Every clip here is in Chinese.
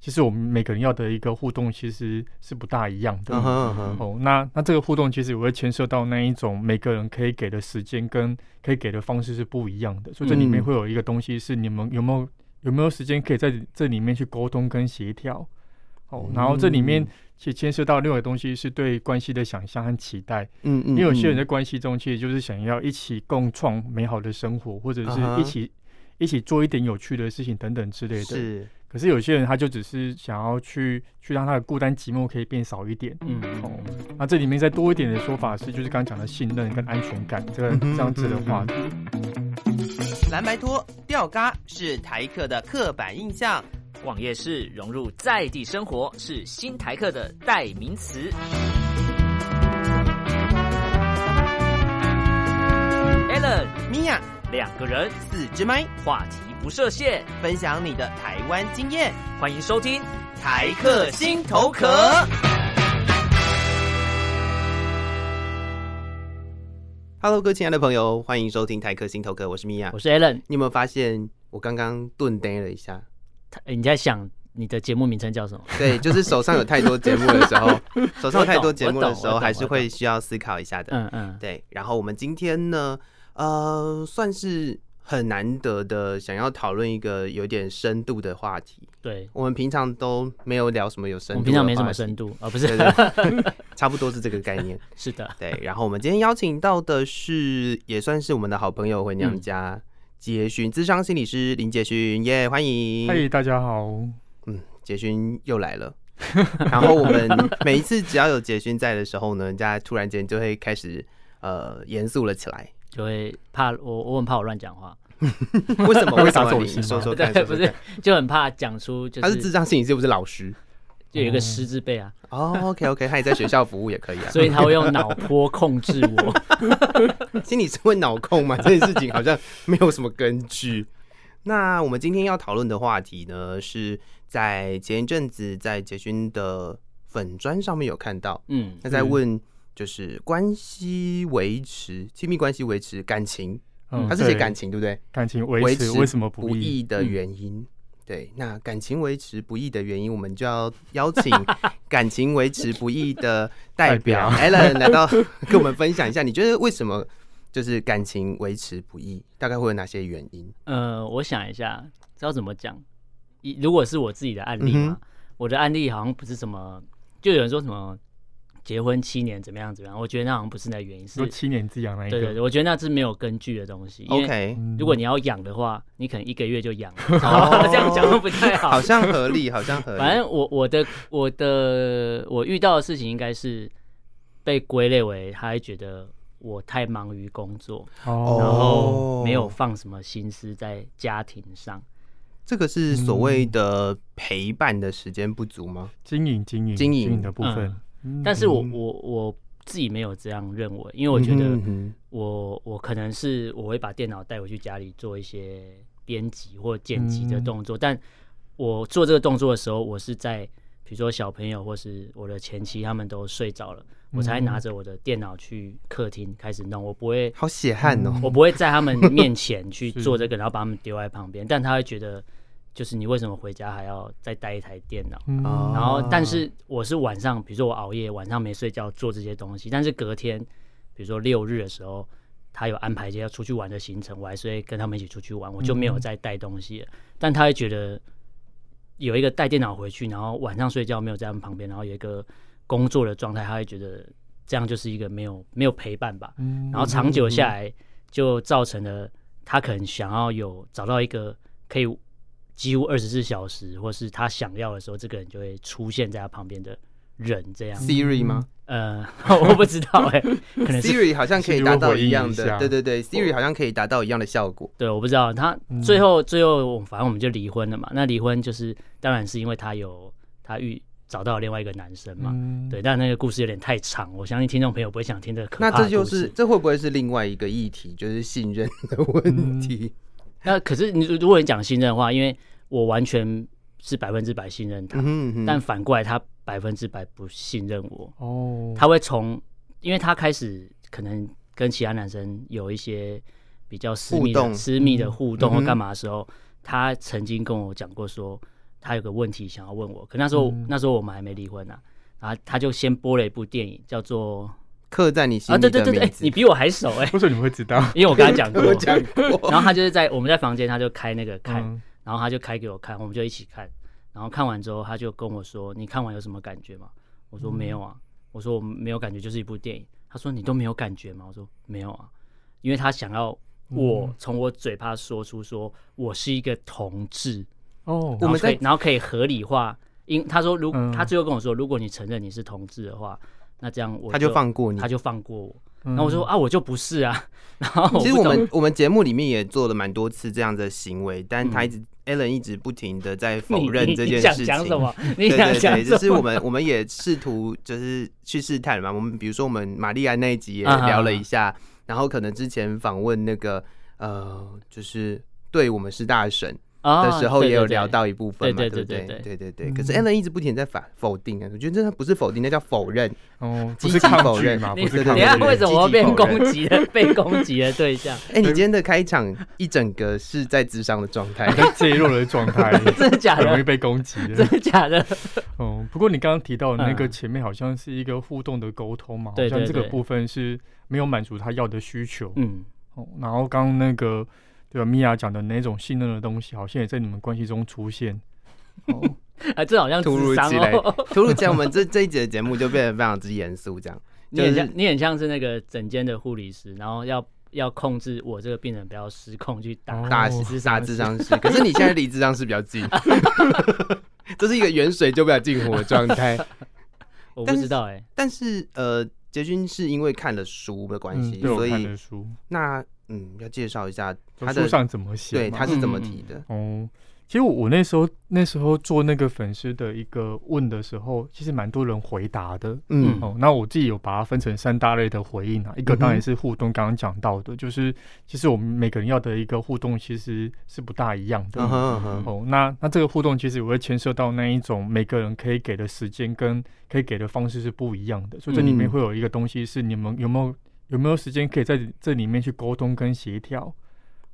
其实我们每个人要的一个互动其实是不大一样的。嗯哼嗯哼哦，那那这个互动其实也会牵涉到那一种每个人可以给的时间跟可以给的方式是不一样的，所以这里面嗯会有一个东西是你们有没有有没有时间可以在这里面去沟通跟协调。哦，然后这里面嗯其实牵涉到另外一个东西是对关系的想象和期待，嗯嗯，因为有些人在嗯关系中其实就是想要一起共创美好的生活，或者啊是哈一起。一起做一点有趣的事情等等之类的，是可是有些人他就只是想要去去让他的孤单寂寞可以变少一点，嗯哦，那这里面再多一点的说法是，就是刚刚讲的信任跟安全感这个嗯哼这样子的话嗯题。蓝白拖、吊嘎是台客的刻板印象。网页式融入在地生活是新台客的代名词。Allen 米娅，两个人四支麦，话题不设限，分享你的台湾经验，欢迎收听台客心头壳。 Hello，各位亲爱的朋友，欢迎收听台客心头客，我是米娅我。是 Allen。你有没有发现我刚刚顿呆了一下？他你在想你的节目名称叫 什么？对，就是手上有太多节目的时 候，手上有太多节目的时我懂我候，懂还是会需要思考一下的。嗯嗯，对，然后我们今天呢，呃，算是很难得的想要讨论一个有点深度的话题。对，我们平常都没有聊什么有深度，我们平常没什么深度，度，哦，不是对，对，对差不多是这个概念。是的，对，然后我们今天邀请到的是，也算是我们的好朋友回娘家。杰勋，智商心理师林杰勋，耶、欢迎！嗨，哎大家好，嗯，杰勋又来了。然后我们每一次只要有杰勋在的时候呢，人家突然间就会开始呃严肃了起来。就会怕我，我很怕我乱讲话，为什么？为什打么手你心吗说说看，对，说不说是看。，就很怕讲出就他是智是障心理师，不是老师。就有一个师字辈啊，哦，OK OK，他也在学校服务也可以啊。所以他会 用脑波控制我。心理是会脑控吗？这件事情好像没有什么根据。 那我们今天要讨论的话题呢，是在前一阵子在杰勋的粉砖上面有看到，嗯，他在问就是关系维持、亲密关系维持、感情，嗯，他是写对感情对不对？感情维持为什么不不易？嗯易的原因？对，那感情维持不易的原因，我们就要邀 请感情维持不易的代表 Alan 来到跟我们分享一下，你觉得为什么就是感情维持不易，大概会有哪些原因？呃，我想一下，知道怎么讲？以如果是我自己的案例嘛，嗯哼我的案例好像不是什么，就有人说什么结婚七年怎么样怎么样，我觉得那好像不是那个原因，是哦说七年之痒那一对对个对，我觉得那是没有根据的东西。因为 OK，嗯如果你要养的话，你可能一个月就养了， 哦这样讲都不太好。好像合理，好像合理。反正我我的我的我遇到的事情应该是被归类为，他会觉得我太忙于工作，然哦，后没有哦放什么心思在家庭上。这个是所嗯谓的陪伴的时间不足吗？经营经营经营的部分，嗯但是我我我自己没有这样认为，因为我觉得嗯哼我我可能是我会把电脑带回去家里做一些编辑或剪辑的动作，但我做这个动作的时候，我是在比如说小朋友或是我的前妻他们都睡着了，我才拿着我的电脑去客厅开始弄，我不会好血汗哦、我不会在他们面前去做这个，然后把他们丢在旁边，但他会觉得就是你为什么回家还要再带一台电脑？嗯哦然后，但是我是晚上，比如说我熬夜，晚上没睡觉做这些东西，但是隔天，比如说六日的时候，他有安排一些要出去玩的行程，我还是会跟他们一起出去玩，我就没有再带东西了。但他会觉得有一个带电脑回去，然后晚上睡觉没有在他们旁边，然后有一个工作的状态，他会觉得这样就是一个没有没有陪伴吧。嗯然后长久下来，就造成了他可能想要有找到一个可以几乎二十四小时，或是他想要的时候，这个人就会出现在他旁边的人这嗯样。 Siri 吗？呃， 我不知道哎、可能是 Siri 好像可以达到一样 Siri 会回应一的，下对对对，Siri 好像可以达到一样的效果。对，我不知道他嗯最后最后，反正我们就离婚了嘛。那离婚就是当然是因为他有他遇找到另外一个男生嘛。嗯对，但那个故事有点太长，我相信听众朋友不会想听这个可怕那的这故事。就是这会不会是另外一个议题，就是信任的嗯问题？那可是你如果你讲信任的话，因为我完全是百分之百信任他，嗯哼但反过来他百分之百不信任我，哦，他会从，因为他开始可能跟其他男生有一些比较私密互动的、私密的互动嗯或哼干嘛的时候，他曾经跟我讲过说，他有个问题想要问我，可那时候、嗯那时候我们还没离婚啊，然后他就先播了一部电影叫做刻在你心啊，里对对的对对，名哎字你。比我还熟哎、为什么你们会知道？因为我跟他讲 过，我 讲过，然后他就是在我们在房间，他就开那个看，嗯然后他就开给我看，我们就一起看。然后看完之后，他就跟我说：“你看完有什么感觉吗？”我说：“没有嗯啊。”我说：“我没有感觉，就是一部电影。”他说：“你都没有感觉吗？”我说：“没有啊。”因为他想要我嗯从我嘴巴说出说我是一个同志，哦，我然后们可以在然后可以合理化。因他说如，嗯他最后跟我说，如果你承认你是同志的话，那这样我他就放过你嗯他。就放过我。然然后我说、啊，我就不是啊。然后其实不我懂们我们节目里面也做了蛮多次这样的行为，但他一直 Alan 一直不停的在否认这件事嗯你情。想讲什么？你对想对讲对，什就么？是我们我们也试图就是去试探嘛。我们比如说我们玛丽安那一集也啊聊了一下，然后可能之前访问那个呃，就是对我们是大神啊的时候对也有对对聊到一部分嘛，对不对对对？嗯对对对。可是 Alan 一直不停地在反否定啊，我觉得这不是否定，那叫否认。哦，积不极是抗否拒认嘛，不你你是对对抗拒。等一下为什么我变积极否认攻 击的被攻击的对象？哎，你今天的开场一整个是在智商的状 态我。在介入的状态，真的假很容易的？被攻击的 真。的假的？哦，不过你刚刚提到的那个嗯前面好像是一个互动的沟通嘛，好对像对这个对部分是没有满足他要的需求。嗯，哦，然后刚刚那个对吧，米娅讲的那种信任的东西，好像也在你们关系中出现。哦， 啊，这好像突如智商 其来哦。突如其来，我们这这一集的节目就变得非常之严肃，这样。 你就很是像，你很像是那个整间的护理师，然后要要控制我这个病人不要失控去打哦大智大商智商师，可是你现在离智商师比较 近， 这是一个远水救不了近火的状 态。我但不是知道哎，但是呃，杰君是因为看了书的关嗯系，对我所看以的书，那嗯，要介绍一下就他书的上怎么写对嘛？他是怎嗯么提的？哦，其实我我那时候那时候做那个粉丝的一个问的时候，其实蛮多人回答的。嗯嗯哦，那我自己有把它分成三大类的回应啊，一个当嗯哼然是互动，刚刚讲到的，就是其实我们每个人要的一个互动其实是不大一样的。嗯哼嗯哼哦，那那这个互动其实我会牵涉到那一种每个人可以给的时间跟可以给的方式是不一样的，所以这里面嗯会有一个东西是你们有没有有没有时间可以在这里面去沟通跟协调。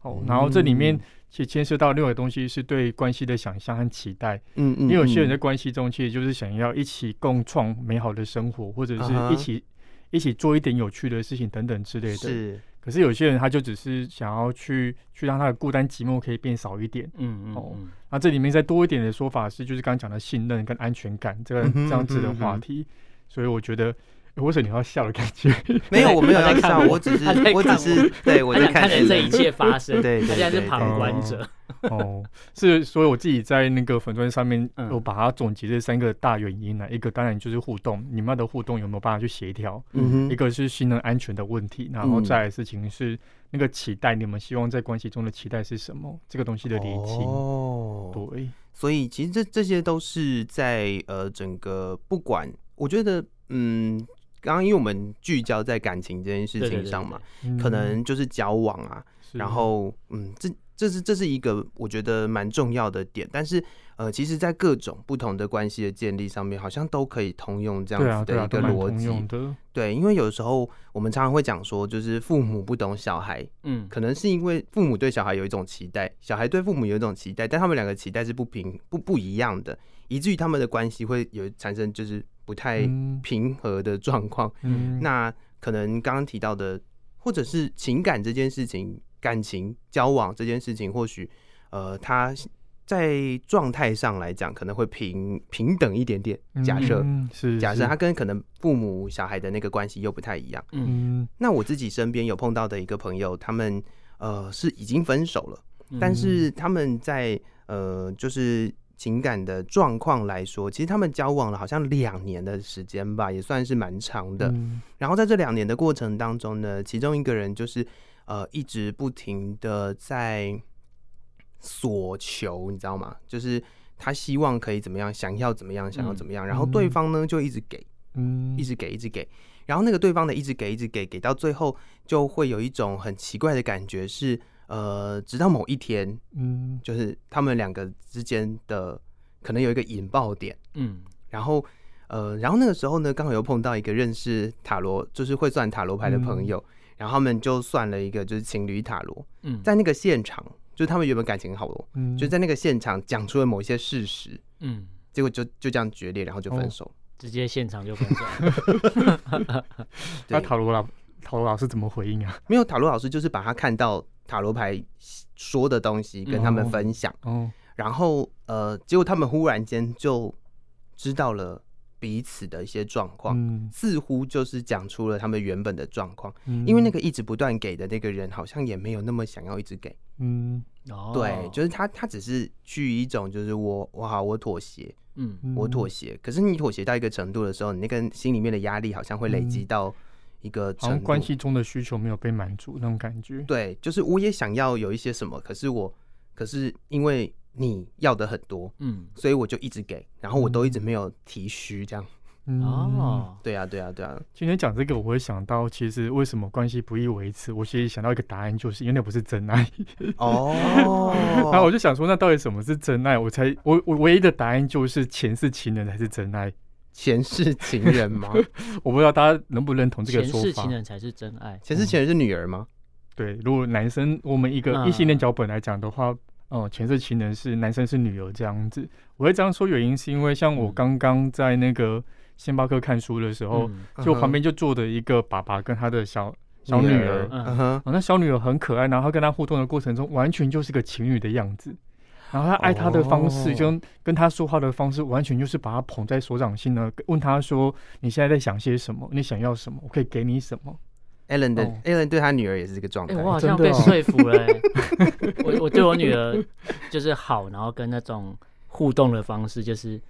哦，然后这里面嗯其实牵涉到另外一个东西是对关系的想象和期待。嗯嗯，因为有些人在嗯关系中，其实就是想要一起共创美好的生活，或者啊是哈一起一起做一点有趣的事情等等之类的。是可是有些人他就只是想要去去让他的孤单寂寞可以变少一点。嗯哦嗯那这里面再多一点的说法是，就是刚刚讲的信任跟安全感这个嗯哼这样子的话题。所以我觉得，呃为什么你要笑的感 觉？没有我没有他要在看笑，我我只是他在看我只是对嗯，我他在想看着这 Alan 一切发生，对对他现在对是旁观者。哦，是，所以我自己在那个粉砖上面嗯有把它总结这三个大原因呢、啊一个当然就是互动，你们的互动有没有办法去协调？嗯一哼个是信任安全的问题，然后嗯再来的事情是那个期待，你们希望在关系中的期待是什么？这个东西的厘清。哦对，所以其实这这些都是在呃整个不管，我觉得嗯，刚刚因为我们聚焦在感情这件事对对情对上嘛，嗯可能就是交往啊，是然后嗯，这这是这是一个我觉得蛮重要的点，但是呃，其实在各种不同的关系的建立上面，好像都可以通用这对样啊，子对的啊，一都个蛮逻通辑，用的。嗯对，因为有时候我们常常会讲说，就是父母不懂小孩，嗯，可能是因为父母对小孩有一种期待，小孩对父母有一种期待，但他们两个期待是不平不不一样的，以至于他们的关系会有产生就是不太嗯平和的状况。嗯， 那可能刚刚提到的，或者是情感这件事情、感情交往这件事情，或许呃，他在状态上来讲可能会平平等一点点。假设、嗯是假设是他跟可能父母小孩的那个关系又不太一样。嗯，那我自己身边有碰到的一个朋友，他们呃是已经分手了，嗯但是他们在呃就是情感的状况来说，其实他们交往了好像两年的时间吧，也算是蛮长的。嗯然后在这两年的过程当中呢，其中一个人就是呃一直不停的在索求，你知道吗？就是他希望可以怎么样，想要怎么样，想要怎么样，然后对嗯方呢就一直给。嗯一直给，一直给。然后那个对方的一直给，一直给，给到最后就会有一种很奇怪的感觉是，呃，直到某一天，嗯就是他们两个之间的可能有一个引爆点，嗯然后呃，然后那个时候呢，刚好又碰到一个认识塔罗，就是会嗯算塔罗牌的朋友，然后他们就算了一个就是情侣塔罗，嗯，在那个现场。就是他们原本感情很好哦，嗯就在那个现场讲出了某一些事实，嗯，结果就就这样决裂，然后就分哦手。直接现场就分手了。那对塔罗老塔罗老师怎么回应啊？没有塔罗老师就是把他看到塔罗牌说的东西跟他们分享，哦，然后呃，结果他们忽然间就知道了彼此的一些状况，嗯，似乎就是讲出了他们原本的状况。嗯因为那，个一直不断给的那个人，好像也没有那么想要一直给。嗯哦， 对，就是他，他只是去一种就是我，我好，我妥协，嗯，嗯我妥协。可是你妥协到一个程度的时候，你那个心里面的压力好像会累积到一个嗯好程像度。关系中的需求没有被满足那种感觉。对，就是我也想要有一些什么，可是我，可是因为你要的很多，嗯，所以我就一直给，然后我都一直没有提虚，这样。嗯，哦，对啊，对啊，对啊，今天讲这个，我会想到，其实为什么关系不易维持？我其实想到一个答案，就是因为那不是真爱。，哦 然后我就想说，那到底什么是真爱？我才我我唯一的答案就是前世情人才是真爱。前世情人吗？我不知道大家能不能认同这个前说世法情。人才是真爱。前世情人是女儿吗？对，如果男生我们一个嗯异性恋脚本来讲的话，嗯、前世情人是男生是女儿这样子。我会这样说，原因是因为像我嗯刚刚在那个星巴克看书的时候，嗯就旁边就坐着一个爸爸跟他的小小女女儿儿。嗯嗯哼，哦，那小女儿很可爱，然后她跟他互动的过程中，完全就是个情侣的样子。然后她爱他的方式，哦跟跟他说话的方式，完全就是把他捧在手掌心呢。问他说：“你现在在想些什么？你想要什么？我可以给你什么 Allen 的、哦 Allen 对他女儿也是这个状态哎、。我好像真的被哦说服了、 欸。我我对我女儿就是好，然后跟那种互动的方式，就是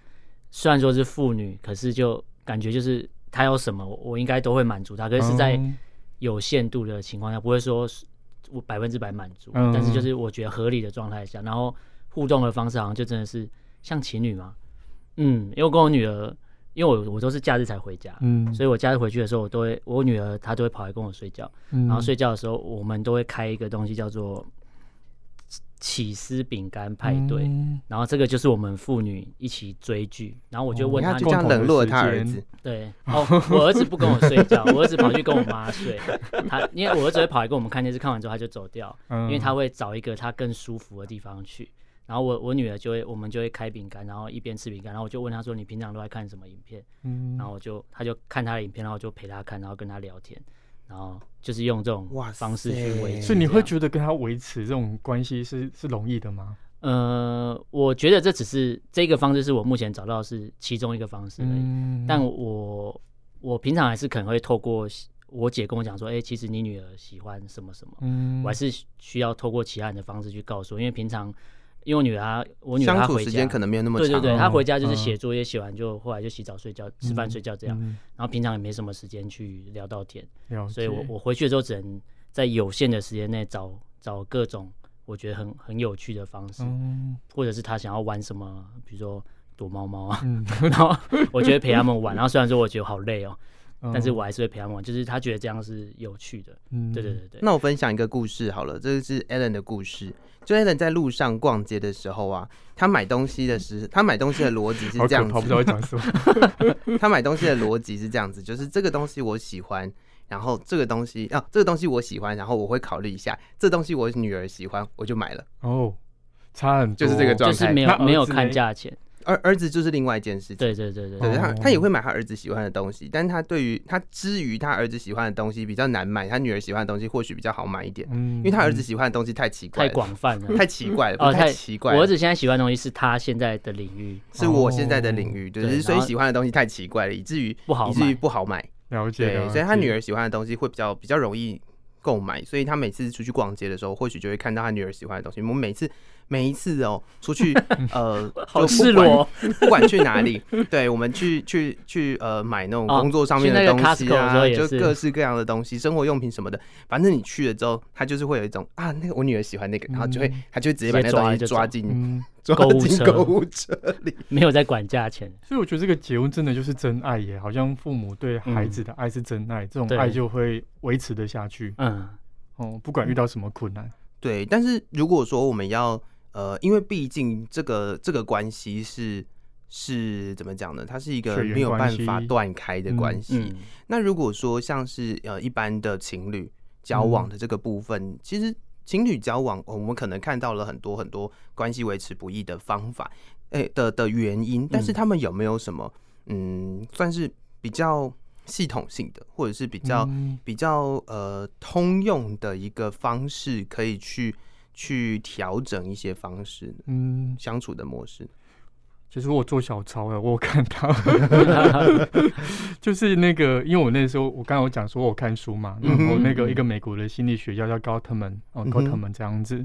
虽然说是妇女，可是就感觉就是她有什么，我我应该都会满足她，可是是在嗯有限度的情况下，不会说是我百分之百满足，嗯但是就是我觉得合理的状态下，然后互动的方式好像就真的是像情侣嘛。嗯，因为我跟我女儿，因为我我都是假日才回家。嗯所以我假日回去的时候，我都会，我女儿她都会跑来跟我睡觉，嗯然后睡觉的时候，我们都会开一个东西叫做起司饼干派对，嗯然后这个就是我们妇女一起追剧，然后我就哦你问看他她你，就这样冷落了他儿子，对，哦，我儿子不跟我睡觉，我儿子跑去跟我妈睡，他因为我儿子会跑来跟我们看电视，看完之后他就走掉，嗯因为嗯他会找一个他更舒服的地方去。然后我我女儿就会，我们就会开饼干，然后一边吃饼干，然后我就问她说：“你平常都在看什么影片？”嗯然后我就他就看他的影片，然后我就陪他看，然后跟他聊天，然后就是用这种哇方式塞去维持。所以你会觉得跟他维持这种关系是是容易的吗？得，呃，我觉得这只是这个方式是我目前找到的是其中一个方式而已。嗯但我我平常还是可能会透过我姐跟我讲说，哎、其实你女儿喜欢什么什么，嗯我还是需要透过其他人的方式去告诉我，因为平常因为我女儿她我女儿相她处回时家间可能没有那么对长。啊对对，她回家就是嗯写作业，写完就后来就洗澡、睡觉、吃饭、睡觉这样。嗯然后平常也没什么时间去聊到天，了解，所以我我回去的时候只能在有限的时间内找找各种我觉得很很有趣的方式，嗯或者是她想要玩什么，比如说躲猫猫啊，嗯，然后我就会陪他 们玩。然后虽然说我觉得好累哦，但是嗯我还是会陪他们玩，就是他觉得这样是有趣的。嗯对对对对，那我分享一个故事好了，这个是 Allen 的故事。就 Allen 在路上逛街的时候啊，他买东西的时，他买东西的逻辑是好这可样怕，不知道子，要讲什么。 他买东西的逻辑是这样子，就是这个东西我喜欢，然后这个东西啊，这个东西我喜欢，然后我会考虑一下，这东西我女儿喜欢，我就买了。哦，差很多，就是这个状就态是没那有儿子没有呢看价钱。儿儿子就是另外一件事情。对对对对对，他哦他也会买他儿子喜欢的东西，但是他对于他之于他儿子喜欢的东西比较难买，他女儿喜欢的东西或许比较好买一点，嗯，因因为他儿子喜欢的东西太奇怪太了，广泛了。太奇怪了，不是哦太太奇怪我儿了。子现在喜欢的东西是他现在的领域，是我现在的领域，哦对对，所以然后喜欢的东西太奇怪了，以至于不好以至于买。不好买。嗯了解，对，了所以他解女儿喜欢的东西会比较比较容易购买，所以他每次出去逛街的时候，或许就会看到他女儿喜欢的东西。我们每次每一次哦，出 去呃，好就赤不管裸，不管去哪里，对我们去去去呃买那种哦工作上面去的那东个 Costco 西的时候啊，也就是各式各样的东西，生活用品什么的，反正你去了之后，他就是会有一种啊，那个我女儿喜欢那个，然后就会嗯他就会直接把那个东西直接抓抓进嗯，抓购物进车购物车里。没有在管价钱。所以我觉得这个结婚真的就是真爱耶，好像父母对孩嗯子的爱是真爱，这种对爱就会维持的下去。嗯，哦，不管遇到什么困难，对，但是如果说我们要呃，因为毕竟这个这个关系是是怎么讲呢？它是一个血缘没有关办系法断开的嗯关系。 嗯，嗯那如果说像是呃一般的情侣交往的这个部分，其实情侣交往，我们可能看到了很多很多关系维持不易的方法，诶、的的原因，但嗯是他们有没有什么嗯，算是比较系统性的，或者是比较、嗯比较呃通用的一个方式，可以去去调整一些方式呢嗯，相处的模式？其实我做小抄哎，我有看到， 嗯 就是那个，因为我那时候我刚刚有讲说我看书嘛，然后那嗯个哼一个美国的心理学家叫 Gottman 哦嗯哼，Gottman 这样子，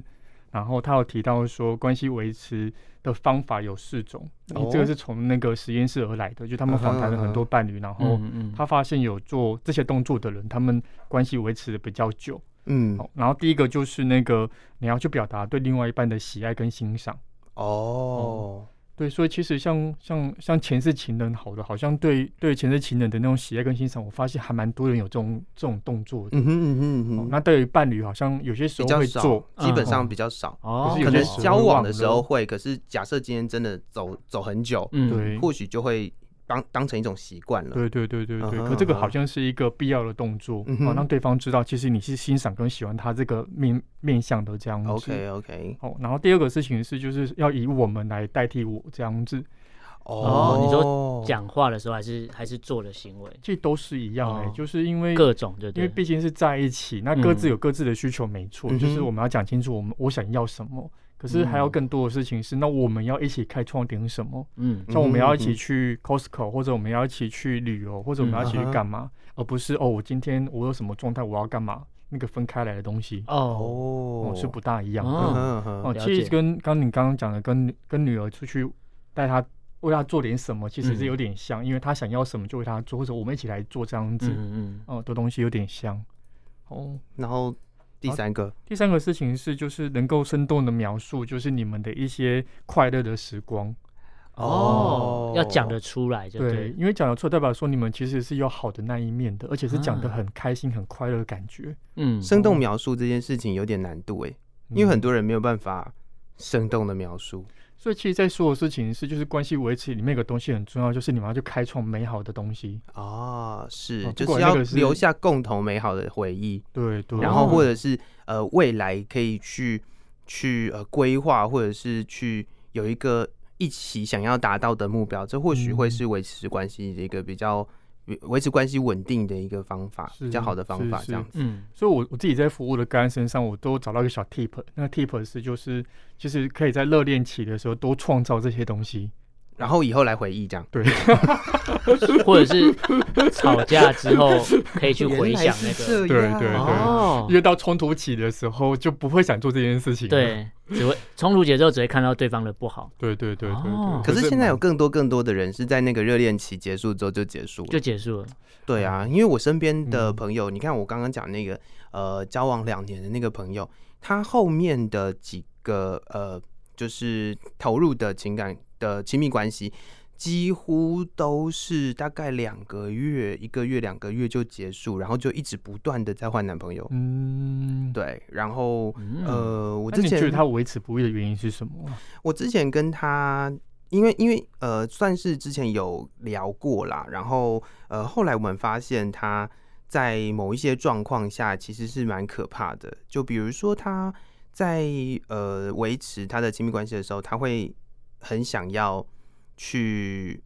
然后他有提到说关系维持的方法有四种，哦嗯这个是从那个实验室而来的，就他们访谈了很多伴侣，然后嗯嗯，他发现有做这些动作的人，他们关系维持的比较久。嗯，好，然后第一个就是那个你要去表达对另外一半的喜爱跟欣赏。哦，对，所以其实像像像前世情人，好的，好像对对前世情人的那种喜爱跟欣赏，我发现还蛮多人有这种这种动作的。嗯哼嗯哼嗯哦哼，那对于伴侣，好像有些时比候较会少做，，基本嗯上比较少。哦，可是有可些能时候交会往忘的时了候会，可是假设今天真的走走很久，嗯对或许就会当当成一种习惯了。对对对对对。嗯哼可这个嗯哼好像是一个必要的动作，嗯哦哼，让对方知道其实你是欣赏跟喜欢他这个面面向的这样子。 OK OK，哦，然后第二个事情是，就是要以我们来代替我这样子，哦你说讲话的时候还是还是做的行为，这都是一样哎、哦就是因为各种就因对为了，毕竟是在一起，那各自嗯有各自的需求，没错。嗯哼就是我们要讲清楚我们我想要什么，可是还有嗯更多的事情是，那我们要一起开创点什么？嗯像我们要一嗯哼起去 Costco，或者我们要一起去旅游，或者我们嗯要一起啊去哈干嘛，而不是哦，我今天我有什么状态，我要干嘛？那个分开来的东西哦哦哦是不大一样的。嗯哦哼嗯哦，哼了其解实跟刚你刚刚讲的，跟女跟女儿出去带她为她做点什么，其实是嗯有点像，因为她想要什么就为她做，或者我们一起来做这样子，嗯嗯哦的东西有点像。哦，然后第好三个第三个事情是，就是能够生动的描述，就是你们的一些快乐的时光。哦，要讲得出来就对，对，因为讲得错，代表说你们其实是有好的那一面的，而且是讲得啊很开心、很快乐的感觉。嗯生动描述这件事情有点难度哎，嗯因为很多人没有办法生动的描述。所以其实，在所有事情是就是关系维持里面有个东西很重要，就是你们要去开创美好的东西。啊，是哦，就不是管要那个是嗯留下共同美好的回忆，对对，然后或者是呃未来可以去去呃规划，或者是去有一个一起想要达到的目标，这或许会嗯是维持关系的一个比较维维持关系稳定的一个方法，比较是好的方是法是这样子。嗯所以我，我自己在服务的个案身上，我都找到一个小 tip。那 tip 是就是，其实可以在热恋期的时候多创造这些东西。然后以后来回忆这样，对，或者是吵架之 后可以去回想原来那个是这对样对对哦，越到冲突期的时候，就不会想做这件事情。对，只会冲突节奏只会看到对方的不好，对对对对对哦可是现在有蛮更多更多的人是在那个热恋期结束之后就结束了，就结束了。对啊，因为我身边的嗯朋友，你看我刚刚讲那个呃，交往两年的那个朋友，他后面的几个呃，就是投入的情感的亲密关系，几乎都是大概两个月、一个月、两个月就结束，然后就一直不断的在换男朋友。嗯，对，然后嗯呃，我那之你觉得前他维持不易的原因是什么啊？我之前跟他，因为因为呃，算是之前有聊过啦，然后呃，后来我们发现他在某一些状况下其实是蛮可怕的，就比如说他在呃维持他的亲密关系的时候，他会很想要去。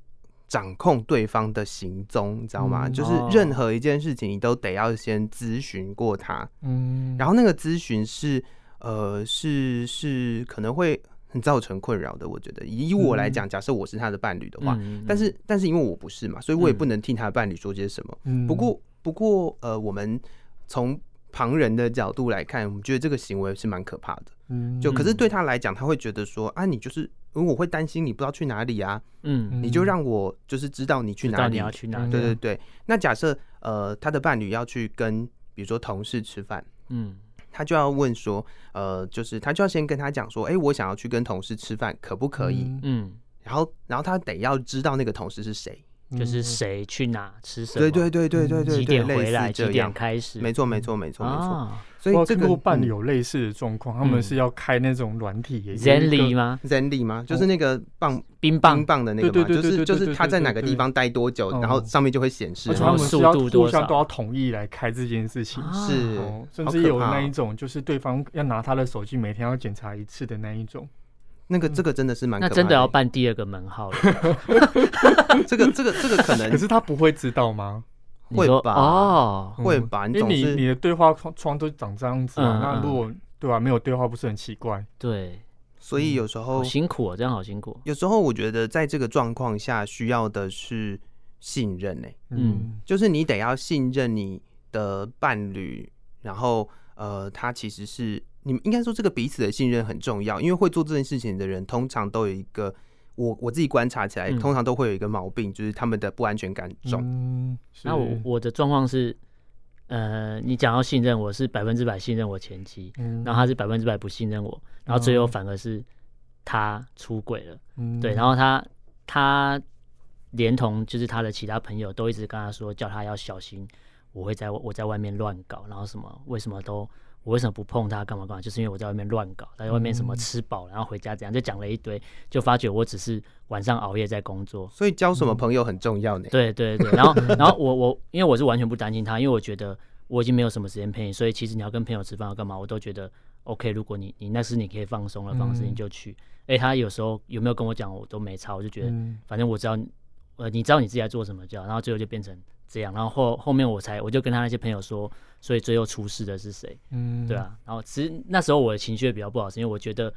掌控对方的行踪，你知道吗？嗯就是哦任何一件事情，你都得要先咨询过他，嗯，然后那个咨询是，呃，是是可能会很造成困扰的。我觉得以我来讲，假设我是他的伴侣的话，嗯但是但是因为我不是嘛，所以我也嗯不能替他的伴侣说些什么。嗯不过不过呃，我们从旁人的角度来看，我们觉得这个行为是蛮可怕的。嗯就可是对他来讲，他会觉得说啊，你就是因为我会担心你不知道去哪里啊，嗯，你就让我就是知道你去知哪道里你。要去啊哪嗯里，对对对。那假设呃，他的伴侣要去跟比如说同事吃饭。嗯他就要问说，呃，就是他就要先跟他讲说，哎、我想要去跟同事吃饭，可不可以？嗯嗯，然后，然后他得要知道那个同事是谁。嗯就是谁去哪吃什么，嗯对对对对对对嗯几对，点类回来，似几这点样。开始，嗯没错，没错，没错，没错。啊，所以我有这听个嗯过伴侣有类似的状况，他们是要开那种软体也有一个嗯 Zenly 吗？ Zenly 吗？就是那个棒冰冰哦棒，棒的那个对嘛，对就对对是对就对是对它在对哪个对地方待多久，哦然后上面就会显示而且然他后们嘛。是速要度互多相少都要同意来开这件事情。啊是哦，甚好至可有怕那哦一种，就是对方要拿他的手机，每天要检查一次的那一种。那个这个真的是蛮那可真怕的要办第二个门号了。这个这个这个可能可是他不会知道吗？你会说吧哦，会嗯吧？因你为总你是你的对话框窗都长这样子嘛，嗯那嗯如果对吧、啊没有对话不是很奇怪？对，所以有时好候辛苦哦，这样好辛苦。有时候我觉得在这个状况下需要的是信任呢、嗯，就是你得要信任你的伴侣，然后呃，他其实是你们应该说这个彼此的信任很重要，因为会做这件事情的人通常都有一个。我我自己观察起来，嗯通常都会有一个毛病，就是他们的不安全感重。嗯，是那我我的状况是，呃，你讲要信任我是百分之百信任我前妻，嗯然后他是百分之百不信任我，然后最后哦反而是他出轨了，嗯对，然后他他连同就是他的其他朋友都一直跟他说，叫他要小心，我会在我在外面乱搞，然后什么为什么都。我为什么不碰他？干嘛干嘛？就是因为我在外面乱搞，在外面什嗯么吃饱，然后回家怎样，就讲了一堆，就发觉我只是晚上熬夜在工作，所以交什么朋友很重要呢？嗯对对对，然后然后我我因为我是完全不担心他，因为我觉得我已经没有什么时间陪你，所以其实你要跟朋友吃饭要干嘛，我都觉得 OK。如果你你那是你可以放松的方式，嗯你就去。哎、他有时候有没有跟我讲，我都没差，我就觉得、嗯反正我知道你，呃，你知道你自己在做什么就好。然后最后就变成这样，然后后后面我才我就跟他那些朋友说，所以最后出事的是谁？嗯对，啊，然后其实那时候我的情绪也比较不好，是因为我觉得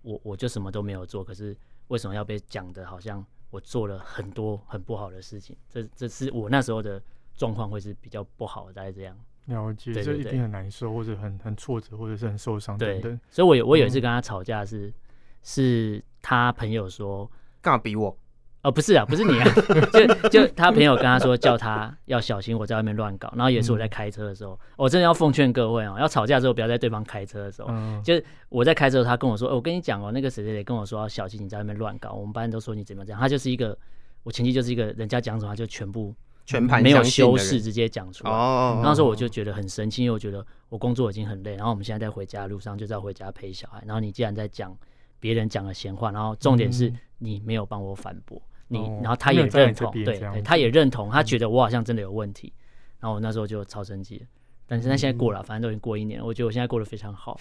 我我就什么都没有做，可是为什么要被讲的好像我做了很多很不好的事情？这这是我那时候的状况会是比较不好的，大概这样。了解，对这对一对定很难受，或者很很挫折，或者是很受伤等对，等。所以我有我有一嗯次跟他吵架是、是他朋友说。干嘛逼我？哦，不是啊，不是你 啊，就就他朋友跟他说，叫他要小心我在外面乱搞。然后也是我在嗯开车的时候，我真的要奉劝各位哦，要吵架的时候不要在对方开车的时候，哦嗯，就是我在开车的时候，他跟我说：“哦，我跟你讲哦，那个谁谁谁跟我说要小心你在外面乱搞，我们班都说你怎么样怎样。”他就是一个，我前妻就是一个人家讲什么他就全部全盘没有相信的修人饰，直接讲出来。哦，那时候我就觉得很生气，因为我觉得我工作已经很累，然后我们现在在回家的路上就是要回家陪小孩，然后你竟然在讲别人讲的闲话，然后重点是嗯你没有帮我反驳，你哦然后他没也有站在认你这同，边对这样对，子嗯他也认同，他觉得我好像真的有问题，然后我那时候就超生气的。但是那现在嗯过了，反正都已经过一年了，我觉得我现在过得非 常好。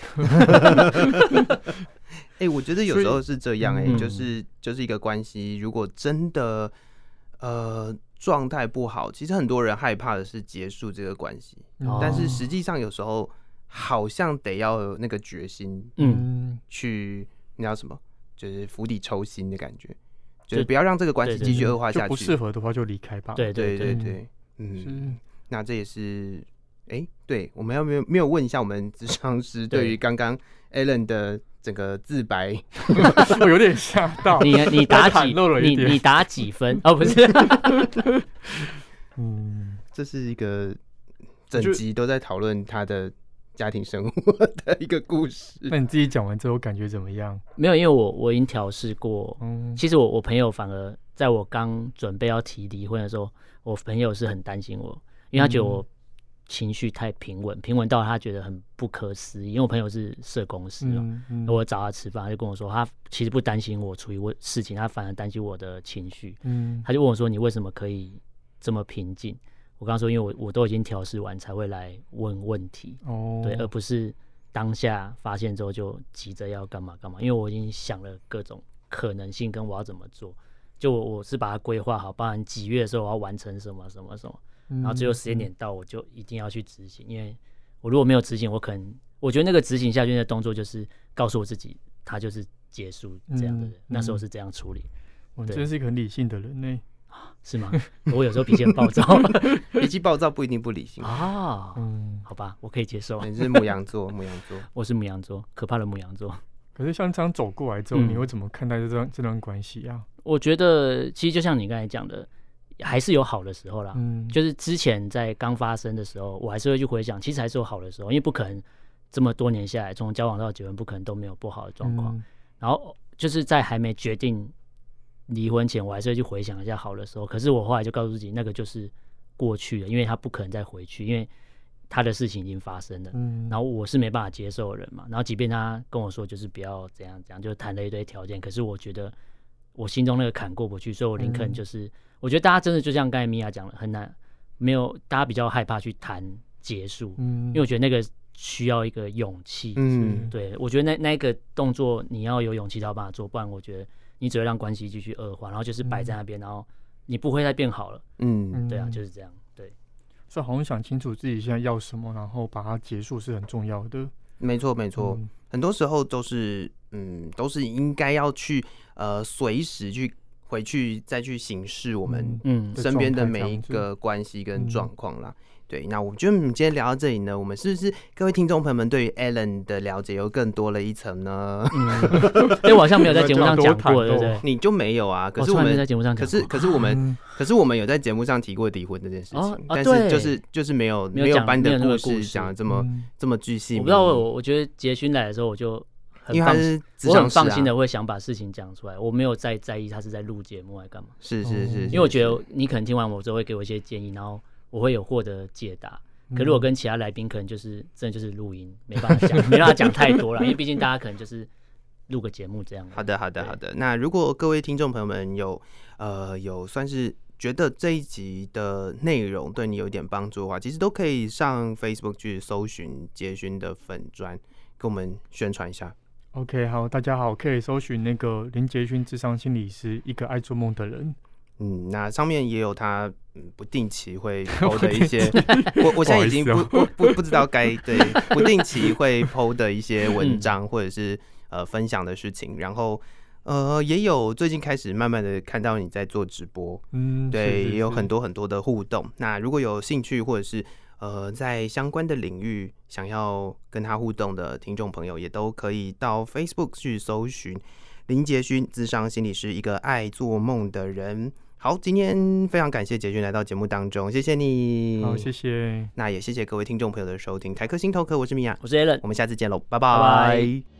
哎、我觉得有时候是这样哎、嗯就是就是一个关系，如果真的呃状态不好，其实很多人害怕的是结束这个关系，嗯哦但是实际上有时候好像得要有那个决心嗯，去，你要什么，就是釜底抽薪的感觉，就是就不要让这个关系对对继续恶化就下不适去。合的话就离开吧。，对对对对对，对，嗯，是那这也是哎、对，我们要没有没有问一下我们咨商师对对于刚刚 Alan 的整个自白。我有点吓到。 你 你打他几袒露了一你点你打几分？ 哦，不是，嗯，这是一个整就集都在讨论他的家庭生活的一个故事。那你自己讲完之后感觉怎么样？没有，因为我我已经调试过。嗯，其实我我朋友反而在我刚准备要提离婚的时候，我朋友是很担心我，因为他觉得我情绪太平稳，平稳到他觉得很不可思议。因为我朋友是社工师嘛，嗯嗯我找他吃饭，他就跟我说，他其实不担心我处理问事情，他反而担心我的情绪。嗯他就问我说：“你为什么可以这么平静？”我刚说，因为我我都已经调试完才会来问问题，哦，对，而呃不是当下发现之后就急着要干嘛干嘛。因为我已经想了各种可能性跟我要怎么做，就我我是把它规划好，包含几月的时候我要完成什么什么什么，然然后最后时嗯间点到我就一定要去执行，因为我如果没有执行，我可能我觉得那个执行下去的动作就是告诉我自己，它就是结束这样的嗯人。那时候嗯是这样处理，我嗯对真是一个很理性的人呢。是吗？我有时候脾气很暴 躁脾气暴躁不一定不理性，啊，嗯，好吧，我可以接受。你是母羊座， 母羊座。我是母羊座，可怕的母羊座。可是像这样走过来之后，嗯你会怎么看待这段这段关系啊？我觉得其实就像你刚才讲的，还是有好的时候啦。嗯，啊就是之前在刚发生的时候，我还是会去回想，其实还是有好的时候，因为不可能这么多年下来，从交往到结婚，不可能都没有不好的状况。嗯然后就是在还没决定离婚前，我还是会去回想一下好的时候。可是我后来就告诉自己，那个就是过去了，因为他不可能再回去，因为他的事情已经发生了，嗯，然后我是没办法接受的人嘛。然后即便他跟我说就是不要怎样怎样，就谈了一堆条件，可是我觉得我心中那个坎过不去，所以我林肯嗯就是，我觉得大家真的就像刚才米娅讲的，很难没有大家比较害怕去谈结束，嗯，因为我觉得那个需要一个勇气。嗯，对我觉得那那个动作你要有勇气才有办法做，不然我觉得你只会让关系继续恶化，然后就是摆在那边，然后你不会再变好了。嗯，对啊，嗯就是这样。对，所以好像想清楚自己现在要什么，然后把它结束是很重要的。没错没错，嗯很多时候都是，嗯，都是应该要去呃，随时去回去再去审视我们嗯对身边的状态每一这样个关系跟嗯状况啦。对，那我觉得我们今天聊到这里呢，我们是不是各位听众朋友们对于 Alan 的了解又更多了一层呢？因为哎我好像没有在节目上讲过，你们 这样多对谈不对哦？你就没有啊？可我是从我来没们有在，节目上讲可过，是可是我们，嗯可是我们有在节目上提过离婚这件事哦情啊，但是对就是就是没有没有没有讲把你没的有那个事故事讲的这么嗯这么巨细靡遗，我不知道我我觉得杰勋来的时候我就很因为他放是智我商很师啊放心的会想把事情讲出来，我没有再在意他是在录节目还干嘛，是是哦是，因为我觉是得你可能听完我之后会给我一些建议，然后我会有获得解答。可嗯是我跟其他来宾可能就是真的就是录音，没办法讲，没办法讲太多了，因为毕竟大家可能就是录个节目这样。好的，好的，对好的。那如果各位听众朋友们有呃有算是觉得这一集的内容对你有一点帮助的话，其实都可以上 Facebook 去搜寻杰勋的粉砖，跟我们宣传一下。 OK，好，大家好，可以搜寻那个林杰勋智商心理师，一个爱做梦的人。嗯，那上面也有他嗯不定期 会抛的一些，我不我现在好已意经思不哦不不不知道该对不定期会抛的一嗯些文章或者是呃分享的事情，然后呃也有最近开始慢慢的看到你在做直播，嗯，对，也有很多多很多的互动。那如果有兴趣或者是呃在相关的领域想要跟他互动的听众朋友，也都可以到 Facebook 去搜寻林杰勋，智商心理师，一个爱做梦的人。好，今天非常感谢杰勋来到节目当中，谢谢你。好，谢谢。那也谢谢各位听众朋友的收听，台客心头壳，我是米娅，我是 a l l n 我们下次见喽，拜拜拜